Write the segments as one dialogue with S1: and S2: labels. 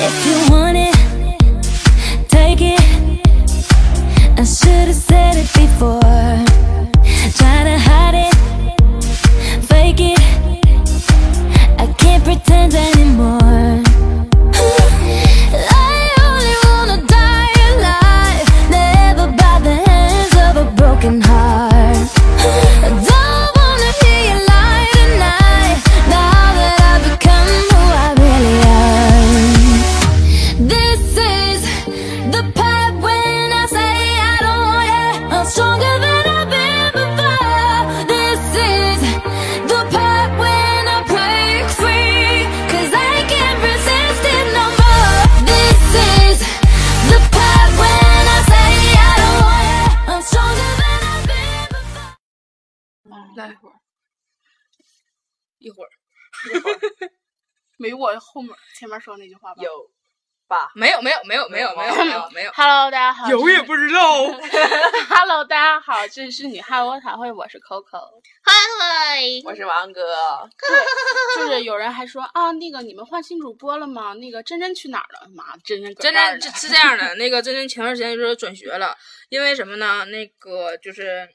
S1: If you want it, take it. I should have said it before. Try to hide it, fake it. I can't pretend anymore. I only wanna die alive, never by the hands of a broken heart. I don't wanna hear you lie tonight. Now that I've become who I really am. This is the part when I say I don't want you. I'm stronger than I've been before. This is the part when I break free. Cause I can't resist it no more. This is the part when I say I don't want you. I'm stronger than I've been before.
S2: 嗯，那一会儿，一会儿，没我后面前面说那句话吧。
S3: 有吧？
S4: 没有没有没有没有没有没有没有，
S2: Hello，大家好。这是
S3: 不知道。
S2: Hello，大家好，这是女汉窝塔会，我是 Coco。
S3: 我是王哥，
S2: 就是有人还说啊，那个你们换新主播了吗？那个珍珍去哪儿了？妈，珍珍搁
S4: 真
S2: 这儿
S4: 真
S2: 呢
S4: 是是这样的，那个真真前段时间就是转学了，因为什么呢？那个就是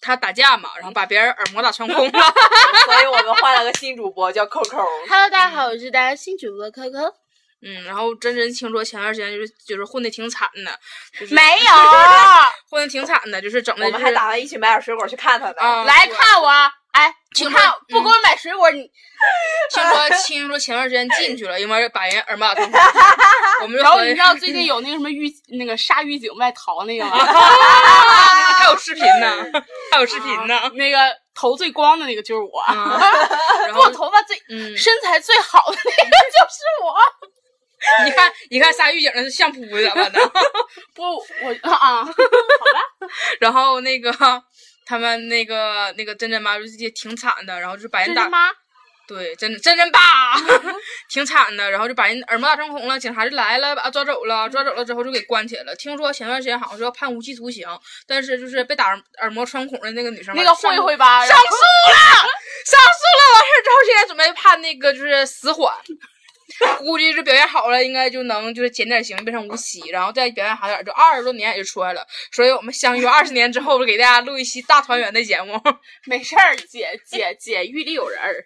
S4: 他打架嘛，然后把别人耳膜打穿空了。
S3: 所以我们换了个新主播叫 Coco。
S2: Hello，大家好，我是大家新主播 Coco。
S4: 嗯，然后真真听说前段时间就是就是混的挺惨的，就是
S2: 没 有，
S4: 混的挺惨的，就是整的、
S3: 我
S4: 就是、
S3: 们还打算一起买点水果去看他呢。
S4: 啊
S2: 来看我。哎，你
S4: 请问
S2: 看，不给我买水果，你
S4: 听说听说前段时间进去了，因为把人耳膜打穿空，我们就
S2: 然后
S4: 合
S2: 你
S4: 计
S2: 知道最近有那个什么狱那个杀狱警外逃那个吗？
S4: 啊还有视频呢，还有视频呢。
S2: 啊那个头最光的那个就是我，
S4: 啊，然后
S2: 做头发最
S4: 嗯，
S2: 身材最好的那个就是我。
S4: 一看一看仨狱警那是相扑的完的。
S2: 不，我 啊，
S4: 然后那个他们那个那个真真妈就是也挺惨的，然后就把人
S2: 真
S4: 打
S2: 是妈，
S4: 对真真真爸 挺惨的，然后就把人耳膜打穿孔了，警察就来了，把他抓走了，抓走了之后就给关起来了。听说前段时间好像是要判无期徒刑，但是就是被打耳耳膜穿孔的那个女生嘛
S2: 那个
S4: 上
S2: 慧慧吧，
S4: 上诉 了，上诉了，完事儿之后现在准备判那个就是死缓。 估计是表现好了，应该就能就是减点刑，变成无期，然后再表现好点儿，就二十多年也就出来了。所以我们相约二十年之后，给大家录一期大团圆的节目。
S2: 没事儿，姐姐姐狱里有人儿。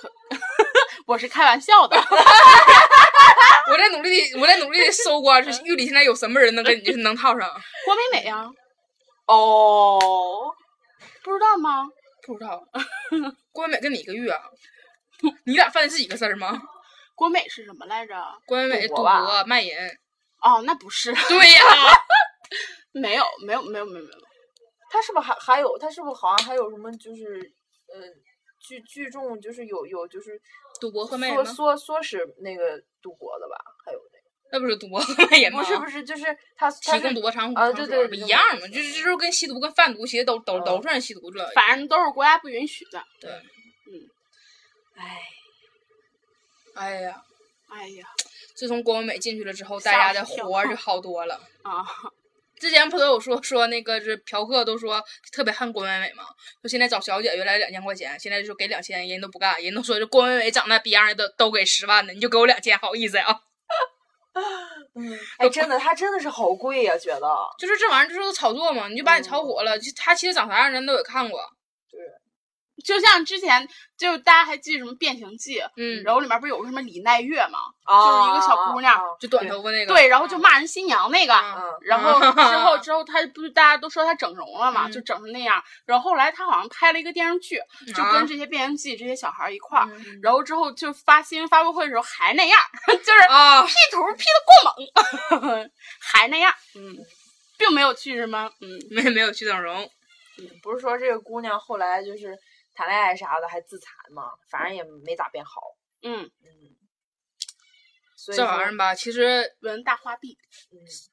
S2: 可 我是开玩笑的，
S4: 我在努力地，我在努力的搜刮，就是狱里现在有什么人能跟你就是能套上？
S2: 郭美美呀，
S3: 哦，
S2: 不知道吗？
S4: 不 知道，郭美美跟你一个狱啊？你俩犯的是一个事儿吗？
S2: 郭美是什么来着？
S4: 郭美美
S3: 赌
S4: 赌
S3: 博吧
S4: 博、卖淫。
S2: 哦，那不是，
S4: 对呀、
S2: 没有，没有，没有，没有，没有。
S3: 他是不是还还有他是不是好像还有什么就是嗯聚聚众就是有有就是
S4: 赌博和卖淫
S3: 唆
S4: 吗？
S3: 唆唆使那个赌博的吧？还有那
S4: 那不是赌博和卖淫
S3: 个
S4: 吗？
S3: 不是不是就是他他
S4: 提供
S3: 是
S4: 赌博场
S3: 啊
S4: 场
S3: 对
S4: 所
S3: 对
S4: 不
S3: 对
S4: 一
S3: 对
S4: 样嘛，就是就是跟吸毒跟贩毒其实都都都
S3: 嗯
S4: 算吸毒了。
S2: 哦反正都是国家不允许的。
S4: 对，
S2: 嗯，
S4: 哎呀，
S2: 哎呀，
S4: 自从郭美美进去了之后，大
S2: 吓
S4: 家
S2: 我
S4: 的
S2: 一跳
S4: 活儿就好多了。
S2: 啊，
S4: 之前不都有说说那个就是嫖客都说特别恨郭美美嘛，说现在找小姐原来两千块钱，现在就给两千，人都不干，人都说这郭美美长那逼样儿的都都给十万的，你就给我两千，好意思呀、啊
S3: 嗯哎真的他真的是好贵呀、觉得
S4: 就是这玩意儿就是炒作嘛，你就把你炒火
S2: 哦
S4: 了，就他其实长啥样咱都有看过，
S2: 就像之前，就大家还记得什么《变形记》，
S4: 嗯
S2: 然后里面不是有个什么李奈月嘛，
S3: 啊
S2: 就是一个小姑娘
S3: 啊
S4: 就短头发那个，
S2: 对，然后就骂人新娘那个，
S4: 啊
S3: 嗯
S2: 然 后之后之后她不是大家都说她整容了嘛，
S4: 嗯啊
S2: 就整成那样，然后后来她好像拍了一个电视剧，就跟这些变形记这些小孩儿一块儿，
S4: 嗯
S2: 然后之后就发新闻发布会的时候还那样， 就是
S4: 啊，
S2: P 图 P 的过猛，还那样，嗯，并没有去什么，嗯，
S4: 没没有去整容，
S3: 不是说这个姑娘后来就是谈恋爱啥的还自残嘛，反正也没咋变好。
S2: 嗯，
S3: 嗯，所以
S4: 这玩意儿吧，其实
S2: 闻大花臂，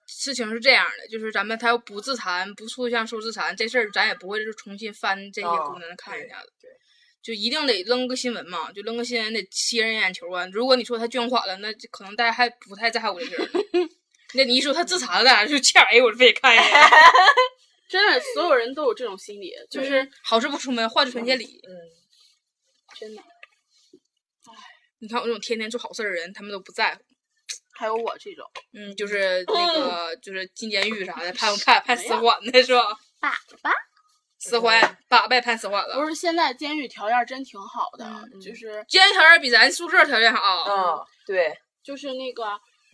S4: 事情是这样的，就是咱们他要不自残，不处向受自残这事儿，咱也不会就是重新翻这些姑娘的看人家的。
S3: 哦对对
S4: 就一定得扔个新闻嘛，就扔个新闻得吸人眼球啊！如果你说他捐款了，那就可能大家还不太在乎这事儿 呢。那你一说他自残了，大家就欠哎呦，我非得看 一眼。
S2: 真的所有人都有这种心理，就是
S4: 好事不出门，坏事传千里。
S3: 嗯，
S2: 真的，
S4: 你看我这种天天做好事儿的人，他们都不在乎。
S2: 还有我这种，
S4: 嗯，就是那个，就是进监狱啥 的，判判判死缓的是吧？
S2: 粑粑
S4: 死缓，粑粑也判死缓了。
S2: 不是现在监狱条件真挺好的，
S4: 嗯
S2: 就是
S4: 监狱条件比咱宿舍条件好，
S3: 嗯，对，
S2: 就是那个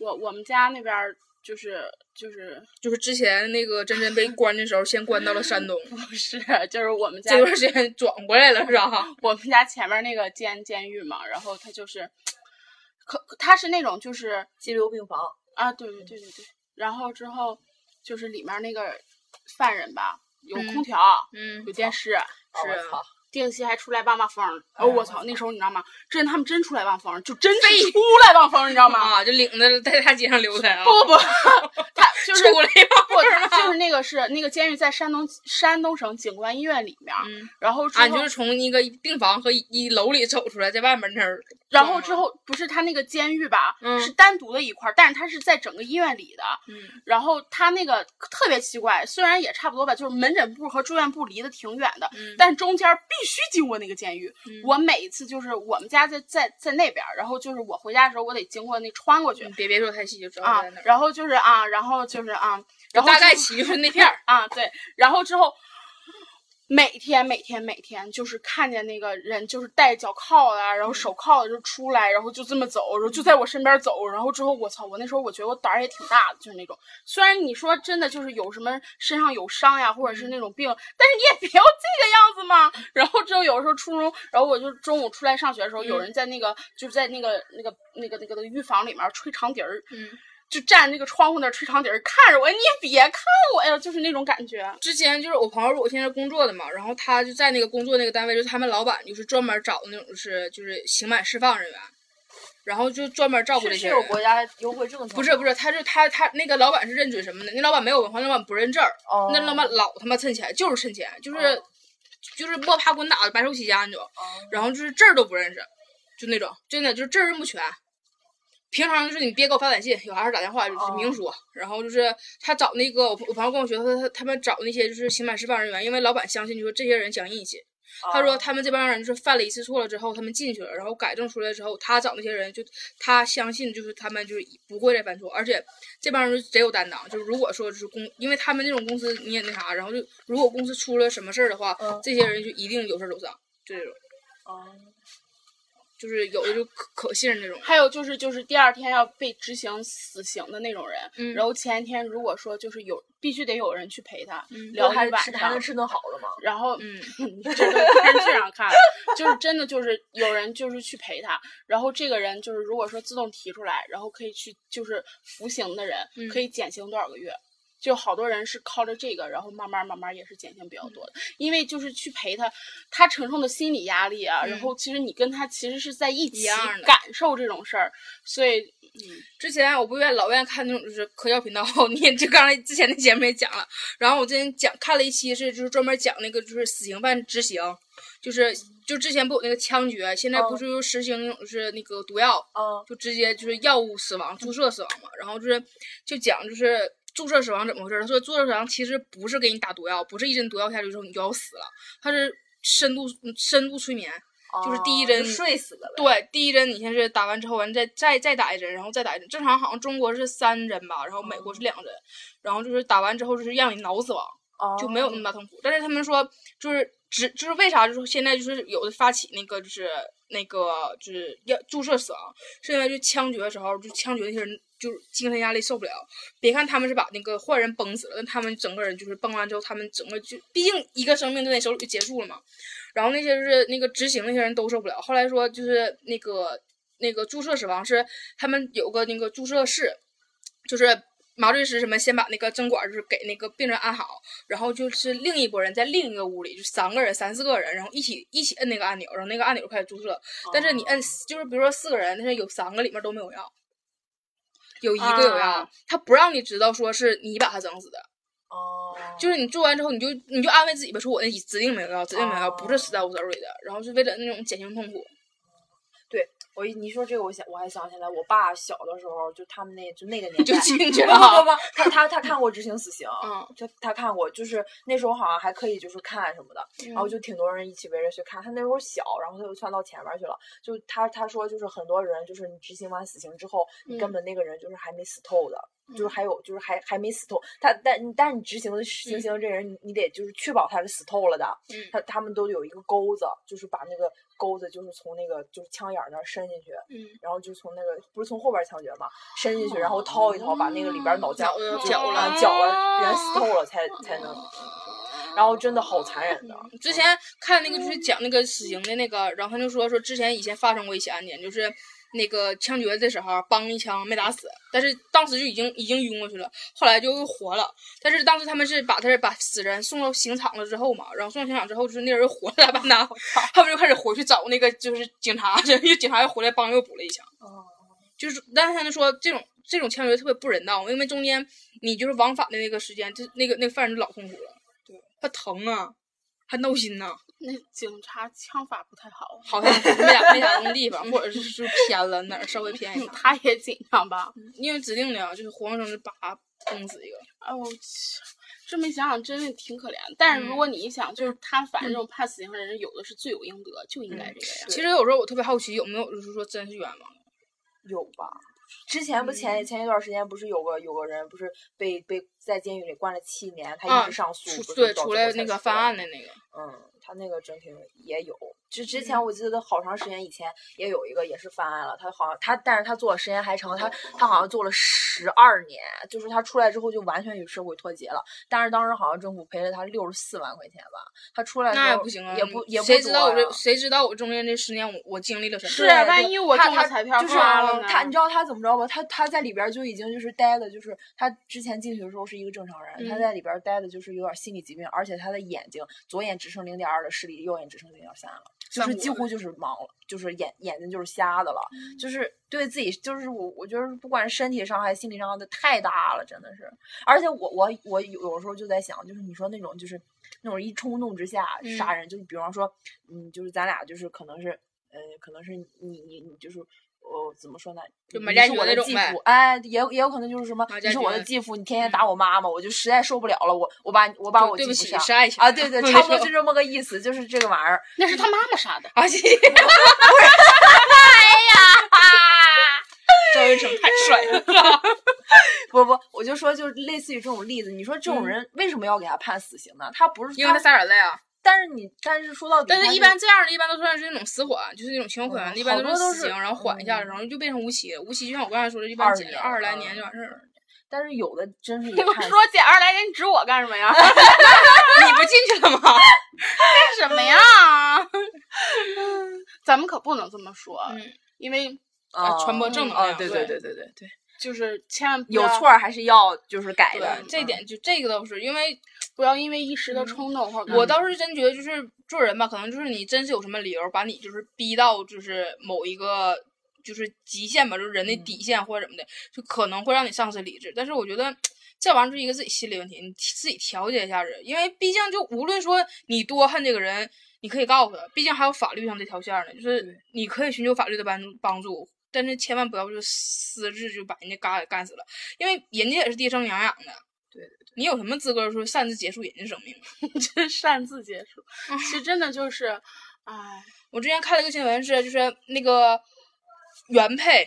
S2: 我我们家那边儿就是就是
S4: 就是之前那个真真被关的时候，先关到了山东，
S2: 不是就是我们家
S4: 这段时间转过来了是吧？
S2: 我们家前面那个监监狱嘛，然后他就是，可他是那种就是
S3: 急流病房，
S2: 啊，对对对对对，然后之后就是里面那个犯人吧，有
S4: 嗯
S2: 空调，
S4: 嗯
S2: 有，电视，
S3: 啊
S4: 是
S3: 我
S4: 啊
S3: 操，
S2: 定期还出来望望风。哦，
S3: 呀
S2: 我操，那时候你知道吗？真他们真出来望风，就真
S4: 非
S2: 是出来望风，你知道吗？
S4: 啊，就领着在大街上溜达啊
S2: 不，不不，他就是
S4: 出来吧。
S2: 不，他就是那个是那个监狱在山东山东省警官医院里面，
S4: 嗯
S2: 然后之后、
S4: 啊，你就是从那个病房和一一楼里走出来，在外面那儿，
S2: 然后之后不是他那个监狱吧，
S4: 嗯
S2: 是单独的一块儿，但是他是在整个医院里的。
S4: 嗯
S2: 然后他那个特别奇怪，虽然也差不多吧，就是门诊部和住院部离得挺远的，
S4: 嗯
S2: 但是中间必须经过那个监狱。
S4: 嗯
S2: 我每一次就是我们家在在在那边儿，然后就是我回家的时候，我得经过那穿过去、
S4: 别别说太细，就知道
S2: 啊
S4: 嗯在哪，儿。
S2: 然后就是啊，然后就是啊，然后
S4: 大概
S2: 就
S4: 齐就是那片儿，
S2: 啊，对，然后之后每天每天每天就是看见那个人就是戴脚铐啊，然后手铐就出来，然后就这么走，然后就在我身边走，然后之后我操，我那时候我觉得我胆儿也挺大的，就是那种虽然你说真的就是有什么身上有伤呀，或者
S4: 嗯
S2: 是那种病，但是你也不要这个样子嘛。然后之后有的时候初中，然后我就中午出来上学的时候，有
S4: 嗯
S2: 人在那个就是在那个那个那个那个那个浴房里面吹长笛儿，
S4: 嗯。
S2: 就站那个窗户那儿吹长笛儿，看着我，你别看我呀，就是那种感觉。
S4: 之前就是我朋友，我现在工作的嘛，然后他就在那个工作那个单位，就是他们老板就是专门找那种就是就是刑满释放人员，然后就专门照顾这
S3: 是是
S4: 些人
S3: 有。国家优惠政策吗，
S4: 不是不是，他就他他那个老板是认准什么呢？那老板没有文化，那老板不认字儿，
S3: 哦，
S4: 那老板老他妈趁钱，就是趁钱，就是、
S3: 哦
S4: 就是摸爬滚打的白手起家那种，
S3: 哦
S4: 然后就是字儿都不认识，就那种真的就是字儿认不全。平常就是你别给我发短信，有啥事儿打电话就是
S3: 哦
S4: 明说。然后就是他找那个我朋我朋友跟我说，他他他们找那些就是刑满释放人员，因为老板相信就说这些人讲义气。
S3: 哦
S4: 他说他们这帮人就是犯了一次错了之后，他们进去了，然后改正出来之后，他找那些人就他相信就是他们就是不会再犯错，而且这帮人贼有担当。就是如果说就是公，因为他们那种公司你也那啥，然后就如果公司出了什么事儿的话，
S3: 嗯
S4: 这些人就一定有事儿有伤，就这种。
S3: 哦
S4: 嗯就是有的就可可信任那种。
S2: 还有就是就是第二天要被执行死刑的那种人，
S4: 嗯
S2: 然后前一天如果说就是有必须得有人去陪他、
S4: 嗯
S2: 聊
S3: 那
S2: 一
S3: 还
S2: 晚
S3: 吃还能
S2: 上，
S3: 吃顿好的吗？
S2: 然后
S4: 嗯，
S2: 这都是电视上看的，就是真的就是有人就是去陪他，然后这个人就是如果说自动提出来，然后可以去就是服刑的人、
S4: 嗯
S2: 可以减刑多少个月。就好多人是靠着这个，然后慢慢慢慢也是减刑比较多的，
S4: 嗯
S2: 因为就是去陪他，他承受的心理压力啊，然
S4: 嗯
S2: 后其实你跟他其实是在一起
S4: 样的
S2: 感受这种事儿，所以
S4: 之前啊我不愿老愿意看那种就是科教频道， 你也就刚才之前的节目也讲了。然后我之前讲看了一期是就是专门讲那个就是死刑犯执行，就是就之前不有那个枪决，现在不
S3: 哦
S4: 是又实行那种就是那个毒药，
S3: 嗯
S4: 就直接就是药物死亡、注射死亡嘛。然后就是就讲就是注射死亡怎么回事儿。他说注射死亡其实不是给你打毒药，不是一针毒药下去之后你就要死了，它是深度嗯深度催眠。就是第一
S3: 哦
S4: 针
S3: 就睡死了呗。
S4: 对，第一针你先是打完之后，完再再再打一针，然后再打一针。正常好像中国是三针吧，然后美国是两针，然后就是打完之后就是让你脑死亡，
S3: 哦
S4: 就没有那么大痛苦。但是他们说就是只就是为啥就是现在就是有的发起那个就是那个就是要注射死亡，是因为就枪决的时候就枪决那些人。就是精神压力受不了，别看他们是把那个坏人崩死了，但他们整个人就是崩完之后，他们整个就毕竟一个生命就在手里就结束了嘛。然后那些就是那个执行那些人都受不了。后来说就是那个那个注射死亡是他们有个那个注射室，就是麻醉师什么先把那个针管就是给那个病人安好，然后就是另一拨人在另一个屋里，就三个人三四个人，然后一起一起摁那个按钮，然后那个按钮开始注射。
S3: 哦
S4: 但是你摁就是比如说四个人，但是有三个里面都没有药。有一个有药，
S2: 啊
S4: 他不让你知道说是你把他整死的，
S3: 哦，
S4: 就是你做完之后，你就你就安慰自己吧，说我那指定没有药，指定没有药，不是死在我手里的，然后是为了那种减轻痛苦。
S3: 对我一你说这个，我想我还想起来，我爸小的时候就他们那就那个年代，
S4: 就 进去
S3: 不不不
S4: 了。
S3: 不，他他他看过执行死刑，
S2: 嗯，
S3: 他他看过，就是那时候好像还可以就是看什么的，然后
S2: 嗯
S3: 就挺多人一起围着去看。他那时候小，然后他就窜到前面去了。就他他说就是很多人就是你执行完死刑之后，你根
S2: 嗯
S3: 本那个人就是还没死透的，就是还有就是还还没死透。他但你但你执行的行刑这人，你你得就是确保他是死透了的。
S2: 嗯
S3: 他他们都有一个钩子，就是把那个钩子就是从那个就是枪眼儿那儿伸进去，
S2: 嗯，
S3: 然后就从那个不是从后边儿枪决嘛，伸进去，然后掏一掏，把那个里边儿脑浆
S4: 绞哦了
S3: 就
S4: 绞了哦
S3: 啊绞了，人死透了才才能，然后真的好残忍的，
S4: 之前看那个就是讲那个死刑的那个，然后他就说说之前以前发生过一起案件，就是那个枪决的时候，梆一枪没打死，但是当时就已经已经晕过去了，后来就又活了。但是当时他们是把他把死人送到刑场了之后嘛，然后送到刑场之后，就是那人又活了半拉，他们就开始回去找那个就是警察， 然后警察又回来梆又补了一枪。就是，但是他就说这种这种枪决特别不人道，因为中间你就是往返的那个时间，就那个那个犯人就老痛苦了，对他疼啊，还闹心呐、
S2: 那警察枪法不太好，
S4: 好像没咋没咋中 地方，或者是就是偏了哪儿稍微偏一
S2: 嗯
S4: 下，
S2: 他也紧张吧？
S4: 因为指定的啊，就是活生生就叭崩死一个，
S2: 哎我去，这么一想想，真的挺可怜。但是如果你一想，就是他反正这种判死刑的人，有的是罪有应得，就应该这个样。
S4: 其实有时候我特别好奇，有没有就是说真是冤枉的？
S3: 有吧？之前不
S4: 嗯
S3: 前前一段时间不是有个有个人不是被被在监狱里关了七年，他一
S4: 啊
S3: 直上诉，
S4: 出
S3: 不是
S4: 对
S3: 到
S4: 出
S3: 最后
S4: 来
S3: 才
S4: 那个
S3: 出
S4: 翻
S3: 来
S4: 案的那个，
S3: 嗯，他那个整体也有，之之
S4: 嗯
S3: 前我记得好长时间以前也有一个也是翻案了，他好像他，但是他做的时间还长，他他好像做了十二年，就是他出来之后就完全与社会脱节了，但是当时好像政府赔了他六十四万块钱吧，他出来的时
S4: 那也
S3: 候
S4: 不行啊，
S3: 也不也不
S4: 谁知道我
S3: 多呀啊
S4: 这谁知道我中间这十年我我经历了什么？
S2: 是
S3: 对
S2: 万
S3: 就
S2: 一我
S3: 他
S2: 中了
S3: 他
S2: 彩票
S3: 就是嗯
S2: 刮了呢
S3: 他，你知道他怎么着吧？他他在里边儿就已经就是待的，就是他之前进去的时候是一个正常人，他
S4: 嗯
S3: 在里边儿待的就是有点心理疾病，而且他的眼睛左眼只剩零点二的视力，右眼只剩零点三了，就
S4: 散
S3: 是
S4: 伙
S3: 几
S4: 了
S3: 乎就是盲了，就是眼眼睛就是瞎的了，
S2: 嗯
S3: 就是对自己就是我我觉得不管是身体伤害、心理伤害的太大了，真的是。而且我我我有有时候就在想，就是你说那种就是那种一冲动之下
S4: 嗯
S3: 杀人，就是比方说，嗯，就是咱俩就是可能是，呃，可能是你你你就是。我、怎么说呢？
S4: 就
S3: 你
S4: 马家
S3: 是
S4: 爵
S3: 我
S4: 那
S3: 的
S4: 种
S3: 继
S4: 呗
S3: 父，哎，也有也有可能就是什么，
S4: 马
S3: 你
S4: 家
S3: 是我的
S4: 爵
S3: 继父，你天天打我妈妈，我就实在受不了了，我我把你我把
S4: 就
S3: 我
S4: 对
S3: 继
S4: 不
S3: 父
S4: 起
S3: 杀
S4: 杀一下
S3: 啊， 对对，
S4: 那
S3: 差不多
S4: 种
S3: 就这么个意思，就是这个玩意儿。
S2: 那是他妈妈杀的，
S4: 啊，谢谢。哎呀， 赵云成太帅 了。
S3: 不不，我就说就是类似于这种例子，你说这种人为什么要给他判死刑呢？他不是
S4: 嗯因为他
S3: 他
S4: 杀人 了呀。
S3: 但是你但是说到底，
S4: 但
S3: 他
S4: 是，一般这样的，一般都算是那种死缓，就是那种情有可原的，
S3: 嗯
S4: 一般
S3: 好多
S4: 是
S3: 都
S4: 死
S3: 是
S4: 刑，然后缓一下，
S3: 嗯
S4: 然后就变成无期。无期就像我刚才说的，一般
S3: 二
S4: 减
S3: 年
S4: 二十来
S3: 嗯
S4: 年就完事 儿了。
S3: 但是有的真 是也
S2: 我
S3: 判死
S2: 说姐二来人指我干什么呀？
S4: 你不进去了吗？
S2: 干什么呀？ 咱们可不能这么说，
S4: 嗯
S2: 因为
S4: 啊传播正能
S3: 啊
S4: 量
S3: 对
S4: 对啊
S3: 对对对对，
S2: 就是千万不
S3: 有
S2: 要
S3: 错儿还是要就是改的
S4: 对，，这
S3: 嗯
S4: 点就这个倒是，因为
S2: 不要因为一时的冲动
S3: 嗯
S2: 或者
S4: 我倒是真觉得，就是做人吧，可能就是你真是有什么理由把你就是逼到就是某一个就是极限吧，就是人的
S3: 嗯
S4: 底线或者怎么的，就可能会让你丧失理智。但是我觉得这玩意儿就是一个自己心理问题，你自己调节一下人，因为毕竟就无论说你多恨这个人，你可以告诉他，毕竟还有法律上这条线儿呢，就是你可以寻求法律的帮助帮助。但是千万不要就私自就把人家嘎给干死了，因为人家也是爹生娘养的。
S3: 对对
S4: 你有什么资格说擅自结束人家生命？
S2: 真 擅自结束，其实真的就是，哎，
S4: 我之前看了一个新闻是，就是那个原配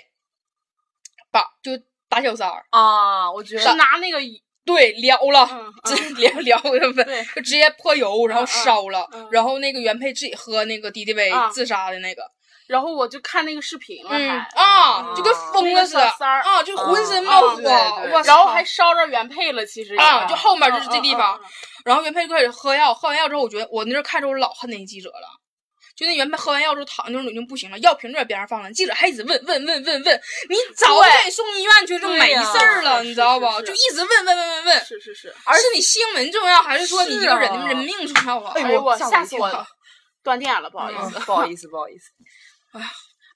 S4: 把就打小三儿，
S3: 啊，我觉
S2: 是
S3: 得
S2: 拿那个
S4: 对，撩了，
S2: 嗯
S4: 直接撩撩什么
S2: 对，
S4: 就直接泼油，然后
S2: 嗯嗯
S4: 烧了
S2: 嗯，
S4: 然后那个原配自己喝那个敌敌畏
S2: 啊
S4: 自杀的那个，
S2: 然后我就看那个视频了，
S4: 嗯
S2: 还。
S4: 啊，
S3: 嗯
S4: 就跟疯了似的
S2: 那个小三儿
S4: 啊，就浑身冒火，
S3: 嗯对对
S4: 哇
S2: 然后
S4: 塞
S2: 还烧着原配了，其实也
S4: 啊，就后面就是
S2: 嗯
S4: 这
S2: 嗯
S4: 地
S2: 嗯
S4: 方
S2: 嗯，
S4: 然后原配就开始喝药，喝完药之后，我觉得我那阵儿看着我老恨那个记者了。就那原配喝完药之后躺那种已经不行了，药瓶就在边上放着，记者还一直问问问问问，你早就
S2: 对
S4: 得送医院去，就
S2: 对
S4: 没
S2: 呀
S4: 事儿了，
S2: 是
S4: 你知道
S2: 是
S4: 吧？
S2: 是
S4: 就一直问问问问问，
S2: 是是是，
S4: 而是你新闻重要还是说你一
S3: 是
S4: 个人
S3: 啊
S4: 的人命重要啊？
S2: 哎呦我
S3: 吓我
S2: 吓
S3: 一
S2: 死我
S3: 跳
S2: 了，断电了，不好意思，
S3: 嗯不好意思不好意思，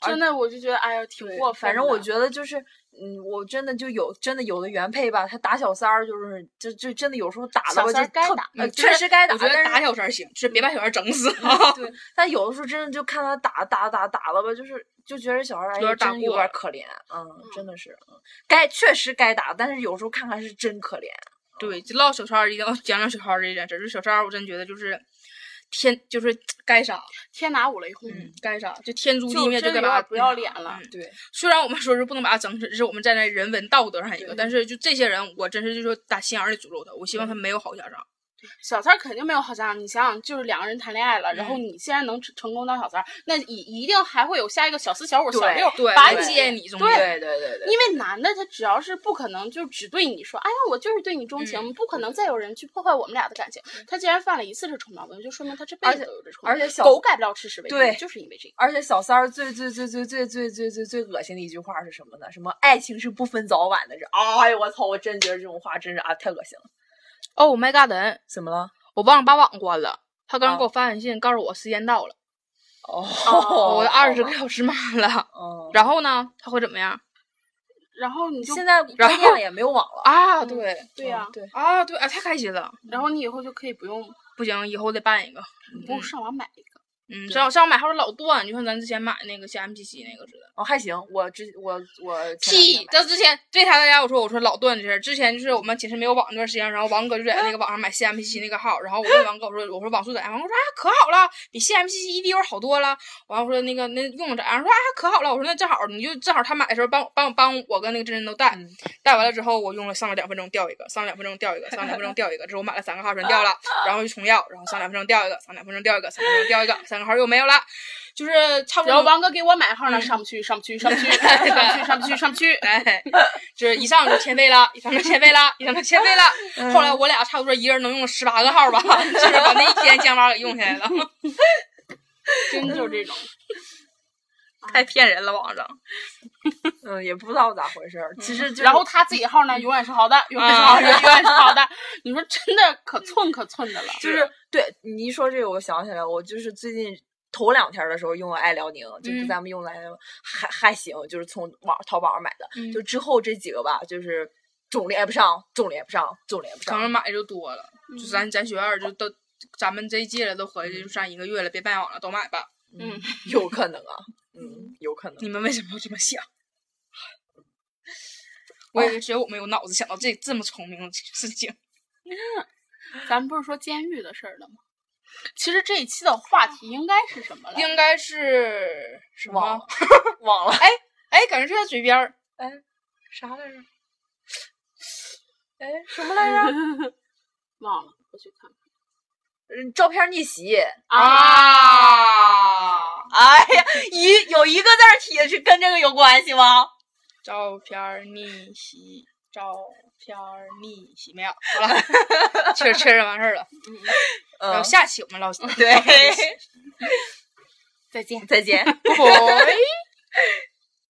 S2: 真的我就觉得哎呀挺
S3: 对
S2: 过分的，
S3: 反正我觉得就是嗯，我真的就有真的有的原配吧，他打小三儿就是就就真的有时候打了
S2: 小
S3: 吧，
S2: 三
S3: 就
S2: 儿该
S3: 特
S2: 打嗯
S3: 呃
S4: 嗯
S3: 确实该打，
S4: 我觉得
S3: 但是
S4: 打小三儿行，就是别把小三儿整死。
S3: 对，但有的时候真的就看他打打打打了吧，就是就觉得小孩儿哎
S4: 有点打
S3: 真有点
S4: 过了
S3: 儿可怜，嗯，真的是，嗯该确实该打，但是有时候看看是真可怜。
S4: 对，就唠小三儿一定要讲讲小三儿这件事儿。就小三儿，我真觉得就是天，就是该啥，
S2: 天打五雷轰，
S4: 嗯，该啥就天诛地
S2: 就
S4: 灭，
S2: 真
S4: 就
S2: 的
S4: 该
S2: 有
S4: 把
S2: 点
S4: 他
S2: 不要脸了。
S4: 嗯
S3: 对，
S4: 虽然我们说是不能把他整死，这是我们站在人文道德上一个，
S2: 对
S4: 但是就这些人，我真是就说打心眼儿里诅咒他，我希望他没有好下场。
S2: 小三儿肯定没有好下场，你想想，就是两个人谈恋爱了，然后你既然能成成功当小三儿，那一一定还会有下一个小四、小五、小
S3: 对
S2: 六
S4: 对，
S2: 哦把
S4: 来
S2: 你
S4: 接你中间。
S3: 对对对对，
S2: 因为男的他只要是不可能就只对你说，哎呀，我就是对你钟
S3: 嗯
S2: 情，不可能再有人去破坏我们俩的感情。他既然犯了一次这臭毛病，就说明他这辈
S3: 而
S2: 子
S3: 且
S2: 都有这臭毛
S3: 而
S2: 病。
S3: 且小
S2: 狗改不了吃屎为奴，
S3: 对
S2: 就是因为这个。
S3: 而且小三儿最最最最最最最最最恶心的一句话是什么呢？什么爱情是不分早晚的，是哎呦我操！我真觉得这种话真是啊太恶心了。
S4: Oh my god！
S3: 怎么了？
S4: 我忘了把网关了，他刚
S3: 啊
S4: 给我发短信告诉我时间到了，
S3: 哦
S4: 我的二十个
S3: 好吧
S4: 小时满了。
S3: 哦，
S4: 然后呢，他会怎么样
S2: 然后你就
S3: 现在
S4: 然
S3: 关
S4: 后
S3: 键了也没有网了。
S4: 啊？对
S2: 对呀、
S3: 嗯对，
S4: 啊，对啊，太开心了！
S2: 然后你以后就可以不用
S3: 嗯
S4: 不行，以后得办一个。
S2: 不用上网买一个。
S4: 嗯，上上网买号老断，就像咱之前买那个像 MPC 那个似的。
S3: 哦还行，我之我我前两天
S4: 屁！
S3: 买
S4: 到之前对他大家我说我说老段这事儿，之前就是我们寝室没有网那段时间，然后王哥就在那个网上买 CMPC 那个号，然后我问王哥我说我说网速咋样？王哥说啊可好了，比 CMPC 一溜儿好多了。完我说那个那用的咋样？说啊可好了。我说那正好你就正好他买的时候帮帮帮我跟那个真真都带，
S3: 嗯
S4: 带完了之后我用了上了两分钟掉一个，上了两分钟掉一个，上了两分钟掉一个，这我买了三个号全 掉了，然后就重要，然后上两分钟掉一个，上两分钟掉一个，上两分钟掉一个，三个号又没有了，就是差不多。
S2: 然后王哥给我买
S3: 嗯
S2: 号呢，上不去，上不去，上不 去，上不去，上不去，上不去。
S4: 哎，就是一上就欠费了，一上就欠费了，一上就欠费了。后来我俩差不多一人能用十八个号吧，就是把那一天江巴给用起来 了，
S2: 真就是这种。
S4: 太骗人了网上。
S3: 嗯，也不知道咋回事儿。其实就是
S2: 嗯然后他自己号
S3: 嗯
S2: 呢，永远是好的，永远是 好的，
S4: 啊
S2: 永远是好的。你说真的可寸可寸的了。
S3: 就是对你一说这个，我想起来，我就是最近头两天的时候用了爱辽宁，就是
S4: 嗯
S3: 咱们用的爱辽宁还还行，就是从网淘宝上买的。
S4: 嗯
S3: 就之后这几个吧，就是总连不上，总连不上，总连不
S4: 可
S3: 上。
S4: 能买就多了，就咱咱学院就都，咱们这一届了都合计就上一个月了，别办网了，都买吧。
S2: 嗯，
S3: 有可能 啊，嗯，有可能。
S4: 你们为什么要这么想？ 我也是只有我们有脑子想到这这么聪明的事情。
S2: 咱们不是说监狱的事儿了吗？其实这一期的话题应该是什么了？
S4: 应该是什
S3: 忘
S4: 么
S3: 了？，忘了。
S4: 哎，感觉就在嘴边儿。
S3: 哎， 啥来着？哎，什么来着？
S2: 忘了，我去看看。啊
S3: 嗯照片逆袭。
S4: 哎啊！
S3: 哎呀，一有一个字儿体是跟这个有关系吗？
S4: 照片儿逆袭，照片儿逆袭，没有，好了， 确确认完事儿了。然后
S3: 嗯，
S4: 下期我们唠
S3: 对，
S4: 再见。
S3: 再见。
S4: 拜。